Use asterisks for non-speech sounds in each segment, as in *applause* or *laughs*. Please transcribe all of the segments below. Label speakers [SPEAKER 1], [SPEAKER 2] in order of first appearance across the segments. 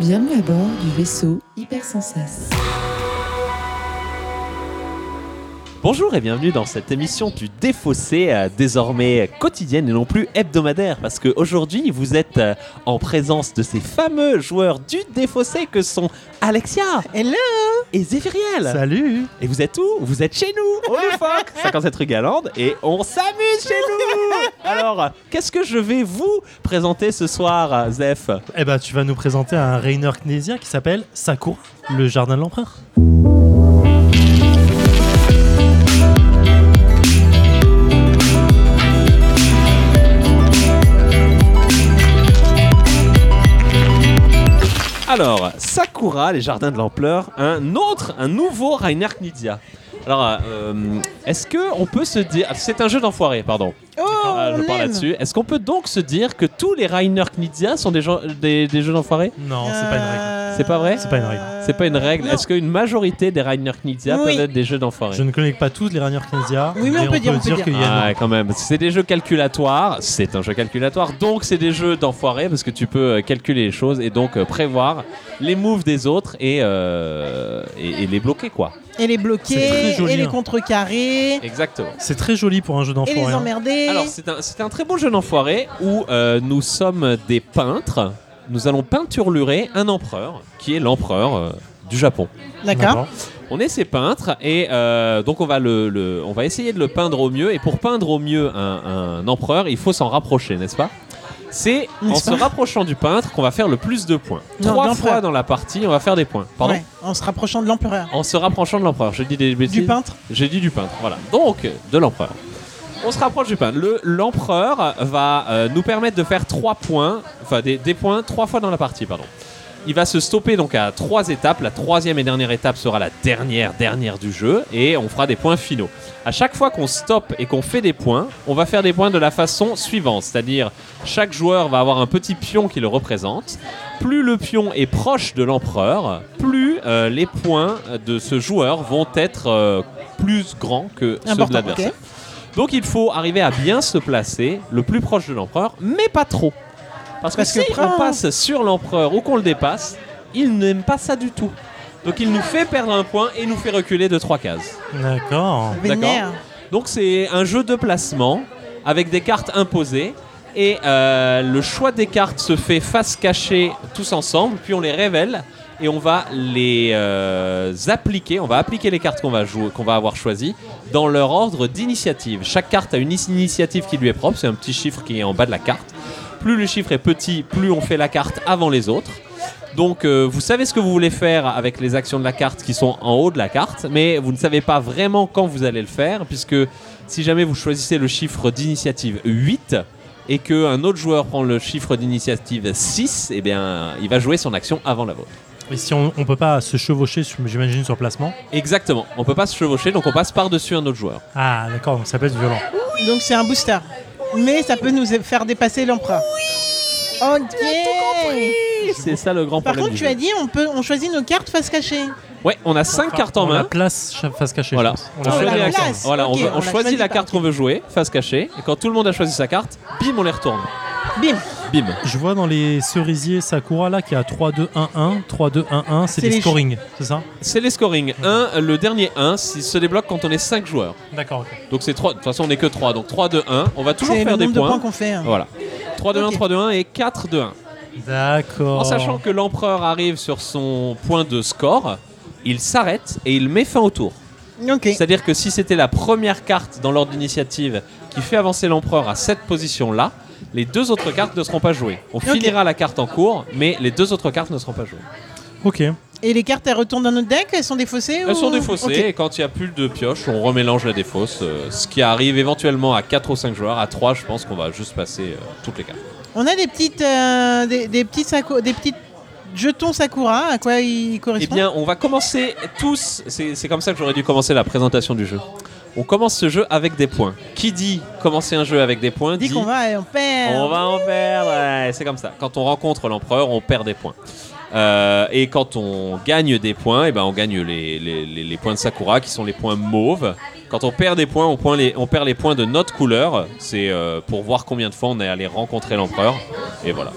[SPEAKER 1] Bienvenue à bord du vaisseau Hypersensas.
[SPEAKER 2] Bonjour et bienvenue dans cette émission du défaussé, euh, désormais quotidienne et non plus hebdomadaire, parce qu'aujourd'hui vous êtes euh, en présence de ces fameux joueurs du défaussé que sont Alexia
[SPEAKER 3] Hello
[SPEAKER 2] et Zéphiriel.
[SPEAKER 3] Salut
[SPEAKER 2] Et vous êtes où Vous êtes chez nous, au *laughs* Fox, 57 rue Galande, et on s'amuse chez nous Alors, qu'est-ce que je vais vous présenter ce soir, euh, Zeph
[SPEAKER 3] Eh ben, tu vas nous présenter un Rainer Knezia qui s'appelle Sakura, le jardin de l'empereur.
[SPEAKER 2] Alors, Sakura, les jardins de l'ampleur, un autre, un nouveau Rainer Knizia. Alors, euh, est-ce que on peut se dire, ah, c'est un jeu d'enfoiré, pardon.
[SPEAKER 4] Oh,
[SPEAKER 2] Ah, je parle là-dessus. Est-ce qu'on peut donc se dire que tous les Rainer Knizia sont des, gens- des- des jeux d'enfoiré
[SPEAKER 3] Non, c'est pas une
[SPEAKER 4] Ah.
[SPEAKER 3] règle.
[SPEAKER 4] Euh,
[SPEAKER 2] C'est pas vrai C'est
[SPEAKER 3] pas une règle.
[SPEAKER 2] C'est pas une règle. Est-ce qu'une majorité des Rainer Knizia
[SPEAKER 4] Oui.
[SPEAKER 2] peuvent être des jeux d'enfoiré
[SPEAKER 3] Je ne connais pas tous les Rainer Knezia,
[SPEAKER 4] Oui, mais on peut dire, on peut dire.
[SPEAKER 3] qu'il y
[SPEAKER 2] Ah,
[SPEAKER 3] a
[SPEAKER 2] quand même. C'est des jeux calculatoires. C'est un jeu calculatoire. Donc, c'est des jeux d'enfoiré parce que tu peux euh, calculer les choses et donc euh, prévoir les moves des autres et, euh, et, et les bloquer, quoi.
[SPEAKER 4] Et
[SPEAKER 3] C'est
[SPEAKER 4] les
[SPEAKER 3] très
[SPEAKER 4] bloquer,
[SPEAKER 3] joli,
[SPEAKER 4] et les
[SPEAKER 3] hein.
[SPEAKER 4] contrecarrer,
[SPEAKER 2] Exactement.
[SPEAKER 3] une- C'est très joli pour un jeu
[SPEAKER 4] et les
[SPEAKER 3] d'enfoiré. hein.
[SPEAKER 4] emmerder.
[SPEAKER 2] Alors, c'est un, c'est un très beau jeu d'enfoiré où euh, nous sommes des peintres. Nous allons peinturlurer un empereur qui est l'empereur euh, du Japon.
[SPEAKER 4] D'accord.
[SPEAKER 2] On est ces peintres et euh, donc on va, le, le- on va essayer de le peindre au mieux. Et pour peindre au mieux un, un empereur, il faut s'en rapprocher, n'est-ce pas C'est en
[SPEAKER 4] N'est-ce
[SPEAKER 2] se
[SPEAKER 4] pas
[SPEAKER 2] rapprochant du peintre qu'on va faire le plus de points.
[SPEAKER 4] Non,
[SPEAKER 2] Trois
[SPEAKER 4] d'empereur.
[SPEAKER 2] fois dans la partie, on va faire des points. Pardon
[SPEAKER 4] Ouais, en se rapprochant de l'empereur.
[SPEAKER 2] En se rapprochant de l'empereur. Je dis des bêtises.
[SPEAKER 4] Du peintre.
[SPEAKER 2] J'ai dit du peintre, voilà. Donc, de l'empereur. On se rapproche du peintre. Le- L'empereur va euh, nous permettre de faire trois points, enfin des, des points trois fois dans la partie, pardon. Il va se stopper donc à trois étapes. La troisième et dernière étape sera la dernière, dernière du jeu, et on fera des points finaux. À chaque fois qu'on stoppe et qu'on fait des points, on va faire des points de la façon suivante, c'est-à-dire chaque joueur va avoir un petit pion qui le représente. Plus le pion est proche de l'empereur, plus euh, les points de ce joueur vont être euh, plus grands que ceux de
[SPEAKER 4] Important,
[SPEAKER 2] l'adversaire. Donc il faut arriver à bien se placer le plus proche de l'empereur, mais pas trop. Parce que
[SPEAKER 4] Parce que
[SPEAKER 2] si
[SPEAKER 4] prends-
[SPEAKER 2] on passe sur l'empereur ou qu'on le dépasse, il n'aime pas ça du tout. Donc il nous fait perdre un point et nous fait reculer de trois cases.
[SPEAKER 3] D'accord.
[SPEAKER 4] ok. Vénère.
[SPEAKER 2] Donc c'est un jeu de placement avec des cartes imposées. Et euh, le choix des cartes se fait face cachée tous ensemble, puis on les révèle et on va les euh, appliquer. On va appliquer les cartes qu'on va, jouer- qu'on va avoir choisies dans leur ordre d'initiative. Chaque carte a une is- initiative qui lui est propre, c'est un petit chiffre qui est en bas de la carte. Plus le chiffre est petit, plus on fait la carte avant les autres. Donc euh, vous savez ce que vous voulez faire avec les actions de la carte qui sont en haut de la carte, mais vous ne savez pas vraiment quand vous allez le faire, puisque si jamais vous choisissez le chiffre d'initiative 8 et qu'un autre joueur prend le chiffre d'initiative 6, eh bien il va jouer son action avant la vôtre.
[SPEAKER 3] Et si on, on peut pas se chevaucher, sur- j'imagine, sur placement.
[SPEAKER 2] Exactement, on peut pas se chevaucher, donc on passe par-dessus un autre joueur.
[SPEAKER 3] Ah, d'accord, donc ça peut être violent.
[SPEAKER 4] Donc c'est un booster. Mais ça peut nous faire dépasser l'empereur. Ok.
[SPEAKER 2] C'est ça le grand
[SPEAKER 4] Par
[SPEAKER 2] problème.
[SPEAKER 4] contre,
[SPEAKER 2] du
[SPEAKER 4] tu
[SPEAKER 2] jeu.
[SPEAKER 4] as dit, on peut, on choisit nos cartes face cachée.
[SPEAKER 2] Ouais, on a 5 cartes en
[SPEAKER 3] On
[SPEAKER 2] main.
[SPEAKER 3] la place cha- face cachée.
[SPEAKER 2] Voilà.
[SPEAKER 3] je
[SPEAKER 2] On
[SPEAKER 3] pense. Oh,
[SPEAKER 4] Ah,
[SPEAKER 2] choisit
[SPEAKER 4] la
[SPEAKER 2] la
[SPEAKER 4] place.
[SPEAKER 2] carte. Voilà, on
[SPEAKER 4] Ok,
[SPEAKER 2] veut- on
[SPEAKER 4] on la
[SPEAKER 2] choisit
[SPEAKER 4] choisit
[SPEAKER 2] la
[SPEAKER 4] par
[SPEAKER 2] carte qu'on veut jouer, face cachée, et quand tout le monde a choisi sa carte, bim, on les retourne.
[SPEAKER 4] Bim.
[SPEAKER 2] Bim.
[SPEAKER 3] Je vois dans les cerisiers Sakura là qui a 3-2-1-1, 3-2-1-1, c'est
[SPEAKER 4] C'est
[SPEAKER 3] des
[SPEAKER 4] les-
[SPEAKER 3] scoring, c'est ça
[SPEAKER 2] C'est les scoring. Un, le dernier 1 se débloque quand on est 5 joueurs.
[SPEAKER 3] D'accord, ok.
[SPEAKER 2] Donc c'est 3. De toute façon, on n'est que 3. Donc 3, 2, 1. On va toujours
[SPEAKER 4] C'est le
[SPEAKER 2] faire des
[SPEAKER 4] nombre de
[SPEAKER 2] points.
[SPEAKER 4] points qu'on fait. hein.
[SPEAKER 2] voilà. 3, 2, 1,
[SPEAKER 4] Ok. Oh.
[SPEAKER 2] 3, 2, 1 et 4, 2, 1.
[SPEAKER 3] D'accord.
[SPEAKER 2] En sachant que l'empereur arrive sur son point de score, il s'arrête et il met fin au tour.
[SPEAKER 4] Ok.
[SPEAKER 2] C'est-à-dire que si c'était la première carte dans l'ordre d'initiative qui fait avancer l'empereur à cette position-là, les deux autres cartes ne seront pas jouées. On finira la carte en cours, mais les deux autres cartes ne seront pas jouées.
[SPEAKER 3] Ok.
[SPEAKER 4] Et les cartes, elles retournent dans notre deck Elles sont défaussées
[SPEAKER 2] Elles sont
[SPEAKER 4] ou-
[SPEAKER 2] défaussées
[SPEAKER 4] Ok.
[SPEAKER 2] et quand il n'y a plus de pioche, on remélange la défausse. euh, ce qui arrive éventuellement à 4 ou 5 joueurs. À 3, je pense qu'on va juste passer euh, toutes les cartes.
[SPEAKER 4] On a des petites, euh, des, des petits saco- des petites jetons Sakura. À quoi ils
[SPEAKER 2] Eh
[SPEAKER 4] correspondent
[SPEAKER 2] bien, on va commencer tous. C'est c'est comme ça que j'aurais dû commencer la présentation du jeu. On commence ce jeu avec des points. Qui dit commencer un jeu avec des points
[SPEAKER 4] Dit qu'on va et on perd.
[SPEAKER 2] On va en perdre, ouais, c'est comme ça. Quand on rencontre l'empereur, on perd des points. Euh, et quand on gagne des points, eh ben on gagne les, les- les- les points de Sakura qui sont les points mauves. Quand on perd des points, on, point les- on perd les points de notre couleur. C'est euh, pour voir combien de fois on est allé rencontrer l'empereur. Et voilà.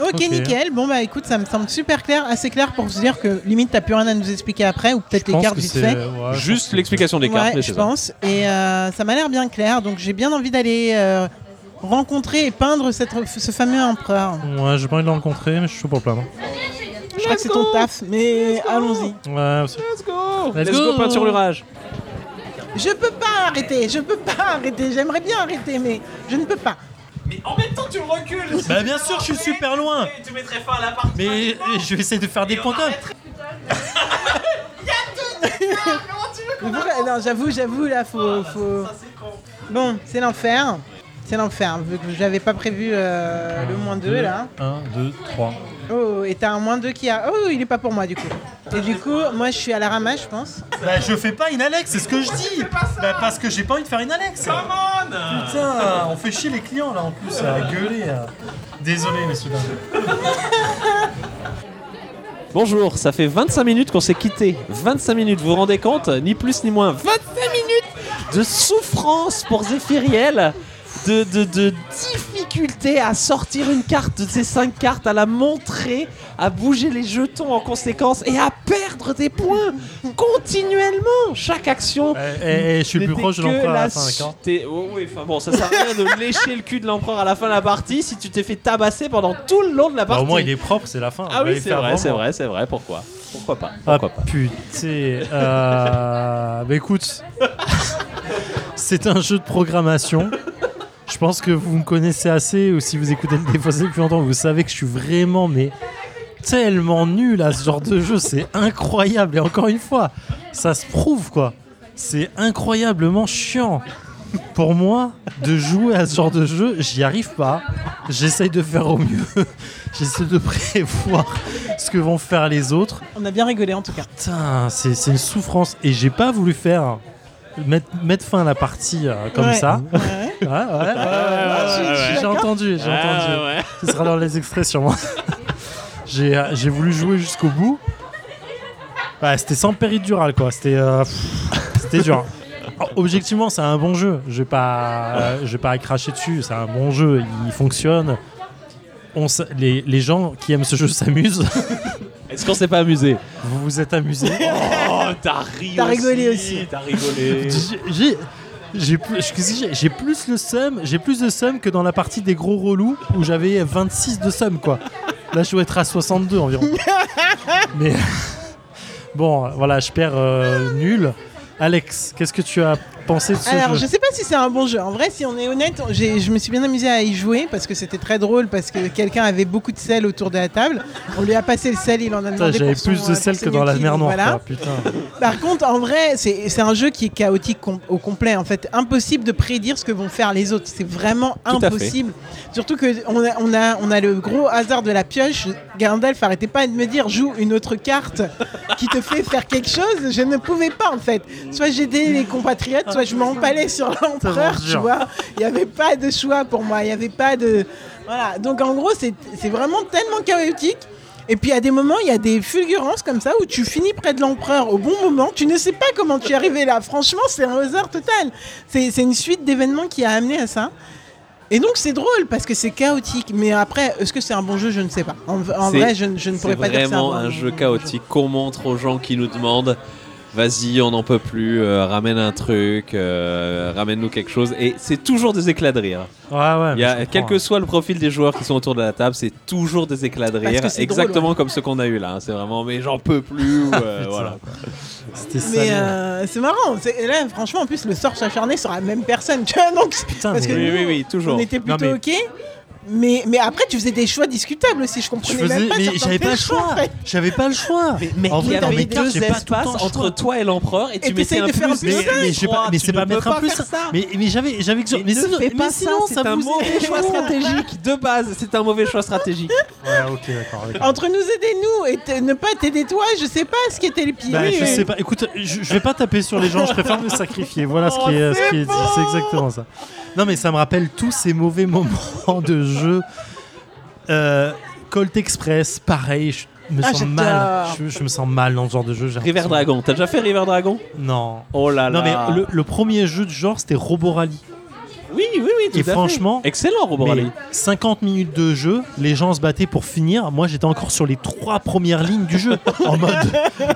[SPEAKER 4] ok,
[SPEAKER 3] Ok.
[SPEAKER 4] nickel. Bon, bah écoute, ça me semble super clair, assez clair pour se dire que limite, t'as plus rien à nous expliquer après, ou
[SPEAKER 3] Je
[SPEAKER 4] peut-être les
[SPEAKER 3] pense
[SPEAKER 4] cartes
[SPEAKER 3] que
[SPEAKER 4] vite
[SPEAKER 3] c'est- euh,
[SPEAKER 4] fait.
[SPEAKER 3] ouais, je pense
[SPEAKER 2] Juste
[SPEAKER 3] que-
[SPEAKER 2] l'explication des cartes.
[SPEAKER 4] Ouais,
[SPEAKER 2] mais
[SPEAKER 4] je
[SPEAKER 2] c'est ça.
[SPEAKER 4] pense. Et euh, ça m'a l'air bien clair, donc j'ai bien envie d'aller euh, rencontrer et peindre cette- ce fameux empereur.
[SPEAKER 3] Ouais, j'ai pas envie de le rencontrer, mais je suis chaud pour plein.
[SPEAKER 4] Je crois que c'est ton taf, mais allons-y.
[SPEAKER 3] Ouais, aussi.
[SPEAKER 2] Let's go
[SPEAKER 3] Let's
[SPEAKER 2] Let's go,
[SPEAKER 3] go.
[SPEAKER 2] peinture l'urage
[SPEAKER 4] Je peux pas arrêter, je peux pas arrêter. J'aimerais bien arrêter, mais je ne peux pas.
[SPEAKER 2] Mais en même temps, tu me recules
[SPEAKER 3] Bah, bien sûr, je suis super loin
[SPEAKER 2] Tu mettrais fin à la partie Bah,
[SPEAKER 3] Mais je vais essayer de faire des points comme.
[SPEAKER 4] Mais pourquoi- non, j'avoue, j'avoue, là, faut. faut- Bon, c'est l'enfer. C'est l'enfer, vu que j'avais pas prévu euh, le moins 2 là.
[SPEAKER 3] 1, 2, 3.
[SPEAKER 4] Oh, et t'as un moins 2 qui a. Oh, il est pas pour moi du coup. Et du coup, moi je suis à la ramasse, je pense.
[SPEAKER 3] Bah, je fais pas une Alex, c'est ce que je dis Bah, parce que j'ai pas envie de faire une Alex Putain, on fait chier les clients là en plus à gueuler. à- Désolé, messieurs. dames.
[SPEAKER 2] Bonjour, ça fait 25 minutes qu'on s'est quitté. 25 minutes, vous vous rendez compte Ni plus ni moins. 25 minutes de souffrance pour Zéphiriel, de, de, de difficulté à sortir une carte de ces 5 cartes, à la montrer, à bouger les jetons en conséquence et à perdre des points continuellement. Chaque action
[SPEAKER 3] Eh, eh, eh, je suis le plus
[SPEAKER 2] n'était
[SPEAKER 3] proche de l'empereur
[SPEAKER 2] que
[SPEAKER 3] à
[SPEAKER 2] la
[SPEAKER 3] la fin, d'accord
[SPEAKER 2] suite. Oh oui, enfin bon, ça sert à rien de lécher le cul de l'empereur à la fin de la partie si tu t'es fait tabasser pendant tout le long de la
[SPEAKER 3] Bah,
[SPEAKER 2] partie.
[SPEAKER 3] au moins, il est propre, c'est la fin.
[SPEAKER 2] Ah
[SPEAKER 3] On va
[SPEAKER 2] oui,
[SPEAKER 3] y
[SPEAKER 2] c'est
[SPEAKER 3] faire
[SPEAKER 2] vrai,
[SPEAKER 3] vraiment.
[SPEAKER 2] c'est vrai, c'est vrai. Pourquoi Pourquoi pas
[SPEAKER 3] Ah
[SPEAKER 2] Pourquoi pas
[SPEAKER 3] putain. Euh... bah écoute, *laughs* c'est un jeu de programmation. Je pense que vous me connaissez assez, ou si vous écoutez le défaut depuis longtemps, vous savez que je suis vraiment, mais tellement nul à ce genre de jeu. C'est incroyable. Et encore une fois, ça se prouve quoi. C'est incroyablement chiant. Pour moi, de jouer à ce genre de jeu, j'y arrive pas. J'essaye de faire au mieux. *laughs* J'essaie de prévoir ce que vont faire les autres.
[SPEAKER 4] On a bien rigolé en tout cas.
[SPEAKER 3] Putain, c'est c'est une souffrance. Et j'ai pas voulu faire. Mettre, mettre fin à la partie euh, comme
[SPEAKER 4] Ouais.
[SPEAKER 3] ça.
[SPEAKER 4] Ouais, ouais.
[SPEAKER 3] *laughs*
[SPEAKER 4] Ah,
[SPEAKER 3] Ouais, ouais, ouais, ouais,
[SPEAKER 4] ouais,
[SPEAKER 3] ouais,
[SPEAKER 4] ouais, Ah,
[SPEAKER 3] J'ai entendu, j'ai entendu. Ce sera dans les extraits
[SPEAKER 4] *laughs*
[SPEAKER 3] sûrement. j'ai euh, j'ai voulu jouer jusqu'au bout. Ouais, c'était sans péridurale quoi. C'était euh, pff, c'était
[SPEAKER 4] *laughs*
[SPEAKER 3] dur. Alors, Objectivement, c'est un bon jeu. Je vais pas euh, je vais pas cracher dessus. C'est un bon jeu. Il fonctionne. On s- les, les gens qui aiment ce jeu s'amusent. *laughs*
[SPEAKER 2] Est-ce qu'on s'est pas amusé
[SPEAKER 3] vous vous êtes amusés.
[SPEAKER 2] Oh, t'as ri
[SPEAKER 4] T'as rigolé aussi.
[SPEAKER 2] T'as rigolé.
[SPEAKER 3] J'ai- j'ai j'ai plus excusez, j'ai- j'ai plus le seum j'ai plus de seum que dans la partie des gros relous où j'avais 26 de seum quoi là je dois être à 62
[SPEAKER 4] *laughs*
[SPEAKER 3] environ mais bon voilà je perds euh, nul Alex qu'est-ce que tu as pensé de ce
[SPEAKER 4] Alors, je
[SPEAKER 3] jeu
[SPEAKER 4] sais pas si c'est un bon jeu. En vrai, si on est honnête, j'ai- je me suis bien amusé à y jouer parce que c'était très drôle parce que quelqu'un avait beaucoup de sel autour de la table. On lui a passé le sel, il en
[SPEAKER 3] Putain,
[SPEAKER 4] a demandé.
[SPEAKER 3] j'avais
[SPEAKER 4] pour son- euh,
[SPEAKER 3] plus de
[SPEAKER 4] pour
[SPEAKER 3] sel
[SPEAKER 4] ses
[SPEAKER 3] que dans la
[SPEAKER 4] gnocchis,
[SPEAKER 3] mer
[SPEAKER 4] donc
[SPEAKER 3] noire
[SPEAKER 4] voilà.
[SPEAKER 3] quoi, putain
[SPEAKER 4] Par contre, en vrai, c'est c'est un jeu qui est chaotique com- au complet. En fait, impossible de prédire ce que vont faire les autres. C'est vraiment
[SPEAKER 2] à fait.
[SPEAKER 4] impossible. Surtout que on a, on a, on a le gros hasard de la pioche. Gandalf arrêtait pas de me dire joue une autre carte qui te fait faire quelque chose. Je ne pouvais pas en fait. Soit j'aidais les compatriotes, soit je m'empalais sur
[SPEAKER 2] Oh,
[SPEAKER 4] l'empereur.
[SPEAKER 3] Tellement
[SPEAKER 4] Tu
[SPEAKER 3] dur.
[SPEAKER 4] vois, il n'y avait pas de choix pour moi. Il n'y avait pas de voilà. Donc en gros, c'est c'est vraiment tellement chaotique. Et puis à des moments, il y a des fulgurances comme ça où tu finis près de l'empereur au bon moment. Tu ne sais pas comment tu es arrivé là. Franchement, c'est un hasard total. C'est c'est une suite d'événements qui a amené à ça. Et donc c'est drôle parce que c'est chaotique. Mais après, est-ce que c'est un bon jeu Je ne sais pas. En, en
[SPEAKER 2] C'est-
[SPEAKER 4] vrai, je, ne- je ne
[SPEAKER 2] C'est
[SPEAKER 4] pourrais pas dire que c'est un,
[SPEAKER 2] vraiment
[SPEAKER 4] bon-
[SPEAKER 2] un jeu chaotique qu'on montre aux gens qui nous demandent vas-y, on n'en peut plus, euh, ramène un truc, euh, ramène-nous quelque chose. Et c'est toujours des éclats de rire.
[SPEAKER 3] ouais ouais
[SPEAKER 2] Il y
[SPEAKER 3] Ah, je
[SPEAKER 2] a,
[SPEAKER 3] comprends,
[SPEAKER 2] quel que
[SPEAKER 3] hein.
[SPEAKER 2] soit le profil des joueurs qui sont autour de la table, c'est toujours des éclats de
[SPEAKER 4] Parce
[SPEAKER 2] rire,
[SPEAKER 4] que c'est drôle,
[SPEAKER 2] exactement comme ce qu'on a eu là. hein. C'est vraiment, mais j'en peux plus. ou,
[SPEAKER 3] *laughs*
[SPEAKER 2] euh,
[SPEAKER 3] Putain.
[SPEAKER 2] voilà.
[SPEAKER 3] hein. c'était
[SPEAKER 4] Mais
[SPEAKER 3] salé.
[SPEAKER 4] euh, c'est marrant. C'est- et Là, franchement, en plus, le sort s'acharnait sur la même personne. Tu vois, donc
[SPEAKER 3] putain
[SPEAKER 4] parce
[SPEAKER 3] mais
[SPEAKER 4] que
[SPEAKER 2] Oui, oui, oui,
[SPEAKER 4] on
[SPEAKER 2] toujours.
[SPEAKER 4] était
[SPEAKER 3] Non,
[SPEAKER 4] plutôt
[SPEAKER 3] mais-
[SPEAKER 4] ok. Mais, mais après, tu faisais des choix discutables aussi. Je
[SPEAKER 3] je
[SPEAKER 4] comprenais
[SPEAKER 3] faisais
[SPEAKER 4] même pas.
[SPEAKER 3] mais
[SPEAKER 4] certains
[SPEAKER 3] j'avais
[SPEAKER 4] de tes
[SPEAKER 3] pas le choix
[SPEAKER 4] en fait.
[SPEAKER 3] j'avais pas le choix En
[SPEAKER 2] il
[SPEAKER 3] vrai,
[SPEAKER 2] y
[SPEAKER 3] dans
[SPEAKER 2] avait
[SPEAKER 3] mes cartes,
[SPEAKER 2] deux
[SPEAKER 3] j'ai pas tout le
[SPEAKER 2] espaces
[SPEAKER 3] temps le
[SPEAKER 2] entre
[SPEAKER 3] choix.
[SPEAKER 2] toi et l'empereur et, tu mettais
[SPEAKER 4] t'essayes
[SPEAKER 2] un
[SPEAKER 4] de faire un
[SPEAKER 2] plus. Oh,
[SPEAKER 4] plus
[SPEAKER 3] mais,
[SPEAKER 4] un,
[SPEAKER 3] mais, je sais pas, mais c'est pas mettre un plus
[SPEAKER 2] ça.
[SPEAKER 3] mais, mais j'avais j'avais que- mais
[SPEAKER 2] ne
[SPEAKER 3] sinon-
[SPEAKER 2] fais
[SPEAKER 3] mais
[SPEAKER 2] pas
[SPEAKER 3] sinon,
[SPEAKER 2] ça,
[SPEAKER 3] ça
[SPEAKER 2] c'est un
[SPEAKER 3] vous Oh.
[SPEAKER 2] mauvais
[SPEAKER 3] *laughs* aide.
[SPEAKER 2] choix stratégique. De base, c'est un mauvais choix stratégique.
[SPEAKER 3] ouais ok d'accord d'accord.
[SPEAKER 4] Entre nous aider nous et te- ne pas t'aider toi, je sais pas ce qui était le pire.
[SPEAKER 3] Bah, je
[SPEAKER 4] Oui,
[SPEAKER 3] sais pas. Écoute, je, je vais pas taper sur les gens. Je préfère me sacrifier. Voilà ce qui est, ce qui est dit. C'est exactement ça. Non, mais ça me rappelle tous ces mauvais moments de jeu. Euh, Colt Express, pareil. je suis me
[SPEAKER 4] Ah,
[SPEAKER 3] sens
[SPEAKER 4] j'adore.
[SPEAKER 3] mal. Je, je me sens mal dans ce genre de jeu. j'ai
[SPEAKER 2] River
[SPEAKER 3] l'impression.
[SPEAKER 2] Dragon. T'as déjà fait River Dragon
[SPEAKER 3] Non.
[SPEAKER 2] Oh là là.
[SPEAKER 3] Non, mais le, le premier jeu du genre, c'était Robo Rally.
[SPEAKER 2] Oui, oui, oui, tout
[SPEAKER 3] Et
[SPEAKER 2] à fait.
[SPEAKER 3] franchement,
[SPEAKER 2] Excellent, Robot
[SPEAKER 3] Mais 50 minutes de jeu, les gens se battaient pour finir. Moi, j'étais encore sur les trois premières lignes du jeu.
[SPEAKER 2] *laughs*
[SPEAKER 3] En mode,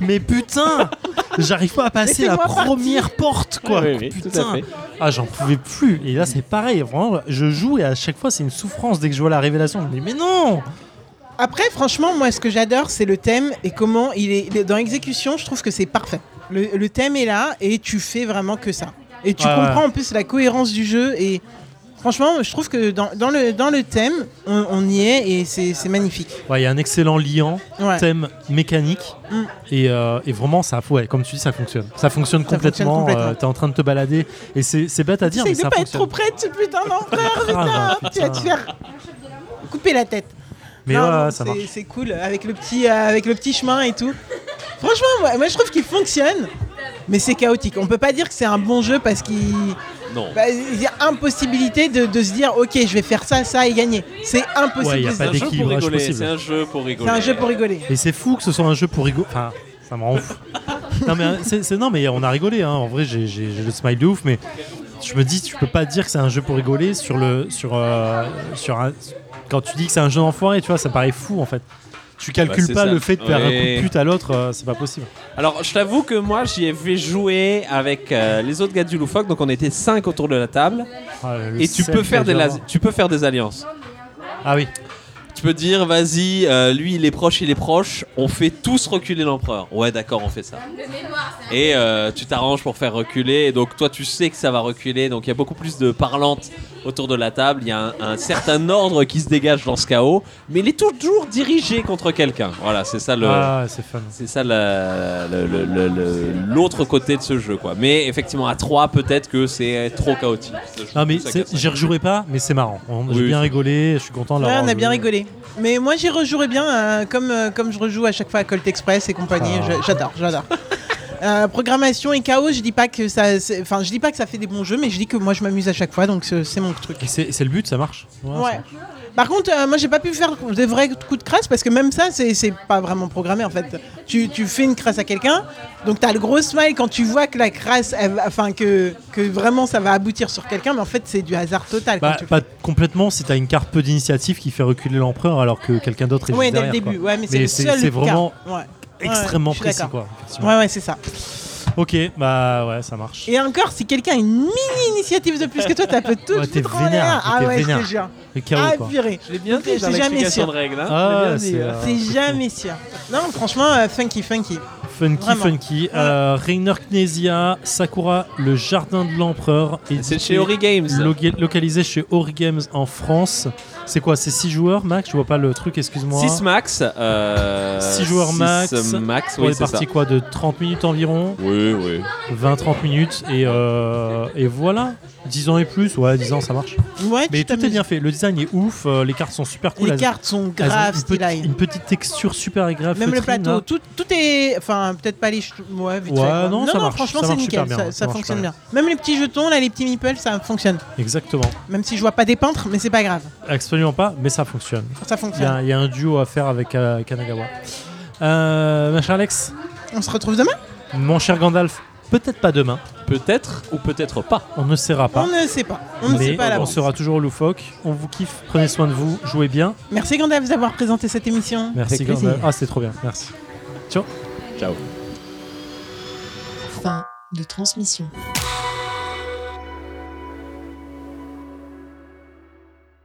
[SPEAKER 3] mais putain, j'arrive pas à passer la
[SPEAKER 4] Laissez-moi partir.
[SPEAKER 3] première porte, quoi.
[SPEAKER 2] Oui, oui, tout à
[SPEAKER 3] putain.
[SPEAKER 2] fait.
[SPEAKER 3] Ah, j'en pouvais plus. Et là, c'est pareil. Vraiment, je joue et à chaque fois, c'est une souffrance. Dès que je vois la révélation, je me dis, mais non
[SPEAKER 4] Après, franchement, moi, ce que j'adore, c'est le thème et comment il est il est- dans l'exécution. Je trouve que c'est parfait. Le, le thème est là et tu fais vraiment que ça. Et tu
[SPEAKER 3] Ouais,
[SPEAKER 4] comprends
[SPEAKER 3] ouais.
[SPEAKER 4] en plus la cohérence du jeu. Et franchement, je trouve que dans, dans le, dans le thème, on, on y est et c'est c'est magnifique.
[SPEAKER 3] Ouais, il y a un excellent liant,
[SPEAKER 4] Ouais.
[SPEAKER 3] thème mécanique.
[SPEAKER 4] Mm.
[SPEAKER 3] Et, euh, et vraiment, ça, ouais, comme tu dis, ça fonctionne. Ça fonctionne
[SPEAKER 4] fonctionne
[SPEAKER 3] complètement.
[SPEAKER 4] complètement.
[SPEAKER 3] euh, T'es en train de te balader. Et c'est c'est bête à dire, mais
[SPEAKER 4] Essaye
[SPEAKER 3] ça
[SPEAKER 4] de pas être
[SPEAKER 3] fonctionne.
[SPEAKER 4] trop près de ce putain d'enfer.
[SPEAKER 3] Ah,
[SPEAKER 4] tu vas te faire couper la tête.
[SPEAKER 3] Mais
[SPEAKER 4] Non,
[SPEAKER 3] ouais,
[SPEAKER 4] non,
[SPEAKER 3] ouais, ça
[SPEAKER 4] c'est-
[SPEAKER 3] marche.
[SPEAKER 4] C'est cool avec le petit, euh, avec le petit chemin et tout. Franchement, moi, moi, je trouve qu'il fonctionne, mais c'est chaotique. On peut pas dire que c'est un bon jeu parce qu'il
[SPEAKER 2] Non.
[SPEAKER 4] bah, il y a impossibilité de, de se dire ok, je vais faire ça, ça et gagner. C'est
[SPEAKER 3] Ouais, il y
[SPEAKER 4] impossible.
[SPEAKER 3] a
[SPEAKER 4] de se
[SPEAKER 2] C'est
[SPEAKER 3] pas
[SPEAKER 2] un
[SPEAKER 4] dire.
[SPEAKER 2] jeu pour
[SPEAKER 3] d'équilibrage
[SPEAKER 2] rigoler.
[SPEAKER 3] possible.
[SPEAKER 2] C'est un jeu pour rigoler.
[SPEAKER 4] c'est un jeu pour rigoler.
[SPEAKER 3] Et c'est fou que ce soit un jeu pour rigoler. Enfin, ça me rend fou. non, mais, euh, c'est, c'est- non, mais on a rigolé. hein. En vrai, j'ai, j'ai- j'ai le smile de ouf, mais je me dis, tu peux pas dire que c'est un jeu pour rigoler sur le. Sur, euh, sur un- quand tu dis que c'est un jeu d'enfoiré, tu vois, ça paraît fou en fait. Tu calcules
[SPEAKER 2] Bah, c'est
[SPEAKER 3] pas
[SPEAKER 2] ça.
[SPEAKER 3] le fait de faire un coup
[SPEAKER 2] Ouais.
[SPEAKER 3] de pute à l'autre, euh, c'est pas possible.
[SPEAKER 2] Alors, je t'avoue que moi, j'y ai fait jouer avec euh, les autres gars du Loufoque, donc on était 5 autour de la table.
[SPEAKER 3] Ah, le
[SPEAKER 2] Et tu
[SPEAKER 3] sel
[SPEAKER 2] peux,
[SPEAKER 3] qu'il
[SPEAKER 2] faire
[SPEAKER 3] a dû
[SPEAKER 2] des
[SPEAKER 3] avoir.
[SPEAKER 2] las- tu peux faire des alliances.
[SPEAKER 3] Ah oui,
[SPEAKER 2] Tu peux dire, vas-y, euh, lui il est proche, il est proche, on fait tous reculer l'empereur. Ouais, d'accord, on fait ça. Et euh, tu t'arranges pour faire reculer, et donc toi tu sais que ça va reculer, donc il y a beaucoup plus de parlantes autour de la table, il y a un, un certain ordre qui se dégage dans ce chaos, mais il est toujours dirigé contre quelqu'un. Voilà, c'est ça le.
[SPEAKER 3] ah, c'est fun.
[SPEAKER 2] C'est ça la- le- le- le- le- l'autre côté de ce jeu, quoi. Mais effectivement, à 3, peut-être que c'est trop chaotique.
[SPEAKER 3] Non, mais
[SPEAKER 2] Ça
[SPEAKER 3] c'est-
[SPEAKER 2] casse.
[SPEAKER 3] j'y rejouerai pas, mais c'est marrant. On- J'ai
[SPEAKER 2] Oui,
[SPEAKER 3] bien
[SPEAKER 2] c'est-
[SPEAKER 3] rigolé, je suis content de
[SPEAKER 4] Ouais,
[SPEAKER 3] l'avoir
[SPEAKER 4] Ah, on a bien
[SPEAKER 3] joué.
[SPEAKER 4] rigolé. Mais moi, j'y rejouerai bien, hein, comme, euh, comme je rejoue à chaque fois à Colt Express et compagnie.
[SPEAKER 3] Ah.
[SPEAKER 4] Je- J'adore,
[SPEAKER 3] *laughs*
[SPEAKER 4] j'adore. Euh, programmation et chaos, je dis pas que ça, c'est- enfin, je dis pas que ça fait des bons jeux, mais je dis que moi, je m'amuse à chaque fois, donc c'est c'est mon truc.
[SPEAKER 3] Et c'est, c'est le but, ça marche. ça
[SPEAKER 4] Ouais. Par contre, euh, moi, j'ai pas pu faire de vrais coups de crasse parce que même ça, c'est c'est pas vraiment programmé en fait. Tu, tu fais une crasse à quelqu'un, donc t'as le gros smile quand tu vois que la crasse, elle va- enfin que, que vraiment ça va aboutir sur quelqu'un, mais en fait, c'est du hasard total. quand
[SPEAKER 3] Bah,
[SPEAKER 4] tu le
[SPEAKER 3] pas complètement si t'as une carte peu d'initiative qui fait reculer l'empereur alors que quelqu'un d'autre est
[SPEAKER 4] fais. Ouais,
[SPEAKER 3] juste
[SPEAKER 4] dès le
[SPEAKER 3] derrière,
[SPEAKER 4] début,
[SPEAKER 3] quoi.
[SPEAKER 4] ouais, mais c'est le
[SPEAKER 3] c'est,
[SPEAKER 4] seul
[SPEAKER 3] c'est
[SPEAKER 4] cas.
[SPEAKER 3] vraiment
[SPEAKER 4] Ouais.
[SPEAKER 3] extrêmement
[SPEAKER 4] Ouais, je suis
[SPEAKER 3] précis
[SPEAKER 4] d'accord.
[SPEAKER 3] quoi. effectivement.
[SPEAKER 4] Ouais, ouais, c'est ça.
[SPEAKER 3] Ok, bah ouais, ça marche.
[SPEAKER 4] Et encore, si quelqu'un a une mini initiative de plus que toi, t'as peut tout
[SPEAKER 3] Ouais,
[SPEAKER 4] te
[SPEAKER 3] t'es
[SPEAKER 4] foutre en
[SPEAKER 3] vénère,
[SPEAKER 4] l'air.
[SPEAKER 3] t'es
[SPEAKER 4] Ah ouais, je
[SPEAKER 3] vénère.
[SPEAKER 4] te jure.
[SPEAKER 3] Le chaos
[SPEAKER 4] Ah,
[SPEAKER 3] quoi.
[SPEAKER 4] purée.
[SPEAKER 2] Je l'ai bien
[SPEAKER 4] dit dans
[SPEAKER 2] C'est jamais
[SPEAKER 4] l'explication
[SPEAKER 2] sûr. de règles. hein.
[SPEAKER 3] Ah,
[SPEAKER 2] Je l'ai bien
[SPEAKER 3] c'est,
[SPEAKER 2] dit, hein.
[SPEAKER 3] euh,
[SPEAKER 4] C'est jamais sûr. Non, franchement, euh, funky, funky.
[SPEAKER 3] Funky,
[SPEAKER 4] Vraiment.
[SPEAKER 3] funky. Euh, Rainer Knezia, Sakura, le jardin de l'empereur. édité,
[SPEAKER 2] C'est chez Ori Games.
[SPEAKER 3] loga- Localisé chez Ori Games en France. C'est quoi C'est 6 joueurs, Max Je vois pas le truc, excuse-moi.
[SPEAKER 2] 6 max. Euh,
[SPEAKER 3] Six joueurs
[SPEAKER 2] six
[SPEAKER 3] max.
[SPEAKER 2] max,
[SPEAKER 3] On
[SPEAKER 2] oui,
[SPEAKER 3] est
[SPEAKER 2] c'est ça.
[SPEAKER 3] parti quoi de 30 minutes environ
[SPEAKER 2] Oui, oui.
[SPEAKER 3] 20-30 minutes et, euh, et voilà 10 ans et plus ouais 10 ans ça marche
[SPEAKER 4] Ouais,
[SPEAKER 3] mais
[SPEAKER 4] tu
[SPEAKER 3] tout est
[SPEAKER 4] t'amuses.
[SPEAKER 3] bien fait le design est ouf euh, les cartes sont super cool
[SPEAKER 4] Les
[SPEAKER 3] elles-
[SPEAKER 4] cartes sont
[SPEAKER 3] elles ont
[SPEAKER 4] graves,
[SPEAKER 3] une, petite-
[SPEAKER 4] stylées.
[SPEAKER 3] une petite texture super agréable
[SPEAKER 4] Même le
[SPEAKER 3] feutrine,
[SPEAKER 4] plateau,
[SPEAKER 3] là.
[SPEAKER 4] tout, tout est. Enfin, peut-être pas les. ch- Ouais, vite
[SPEAKER 3] Ouais,
[SPEAKER 4] fait, quoi.
[SPEAKER 3] non, ça marche,
[SPEAKER 4] franchement,
[SPEAKER 3] ça
[SPEAKER 4] c'est
[SPEAKER 3] marche
[SPEAKER 4] nickel.
[SPEAKER 3] super bien,
[SPEAKER 4] ça
[SPEAKER 3] ça
[SPEAKER 4] ça
[SPEAKER 3] marche
[SPEAKER 4] fonctionne
[SPEAKER 3] super
[SPEAKER 4] bien. Même les petits jetons, là, les petits meeples, ça fonctionne.
[SPEAKER 3] hein. exactement
[SPEAKER 4] Même si je vois pas des peintres, mais c'est pas grave.
[SPEAKER 3] absolument pas mais ça fonctionne il
[SPEAKER 4] Ça
[SPEAKER 3] y,
[SPEAKER 4] fonctionne.
[SPEAKER 3] a- il y a un duo à faire avec euh, Kanagawa Euh, ma chère Alex
[SPEAKER 4] On se retrouve demain
[SPEAKER 3] mon cher Gandalf peut-être pas demain
[SPEAKER 2] Peut-être ou peut-être pas.
[SPEAKER 3] on ne saura
[SPEAKER 4] On
[SPEAKER 3] pas
[SPEAKER 4] ne sait pas. On ne
[SPEAKER 3] mais
[SPEAKER 4] sait pas à
[SPEAKER 3] on
[SPEAKER 4] l'avance.
[SPEAKER 3] sera toujours loufoque on vous kiffe prenez soin de vous jouez bien
[SPEAKER 4] Merci Gandalf d'avoir présenté cette émission.
[SPEAKER 3] merci
[SPEAKER 1] Avec plaisir.
[SPEAKER 3] Gandalf ah c'est trop bien merci
[SPEAKER 2] Ciao.
[SPEAKER 1] Fin de transmission.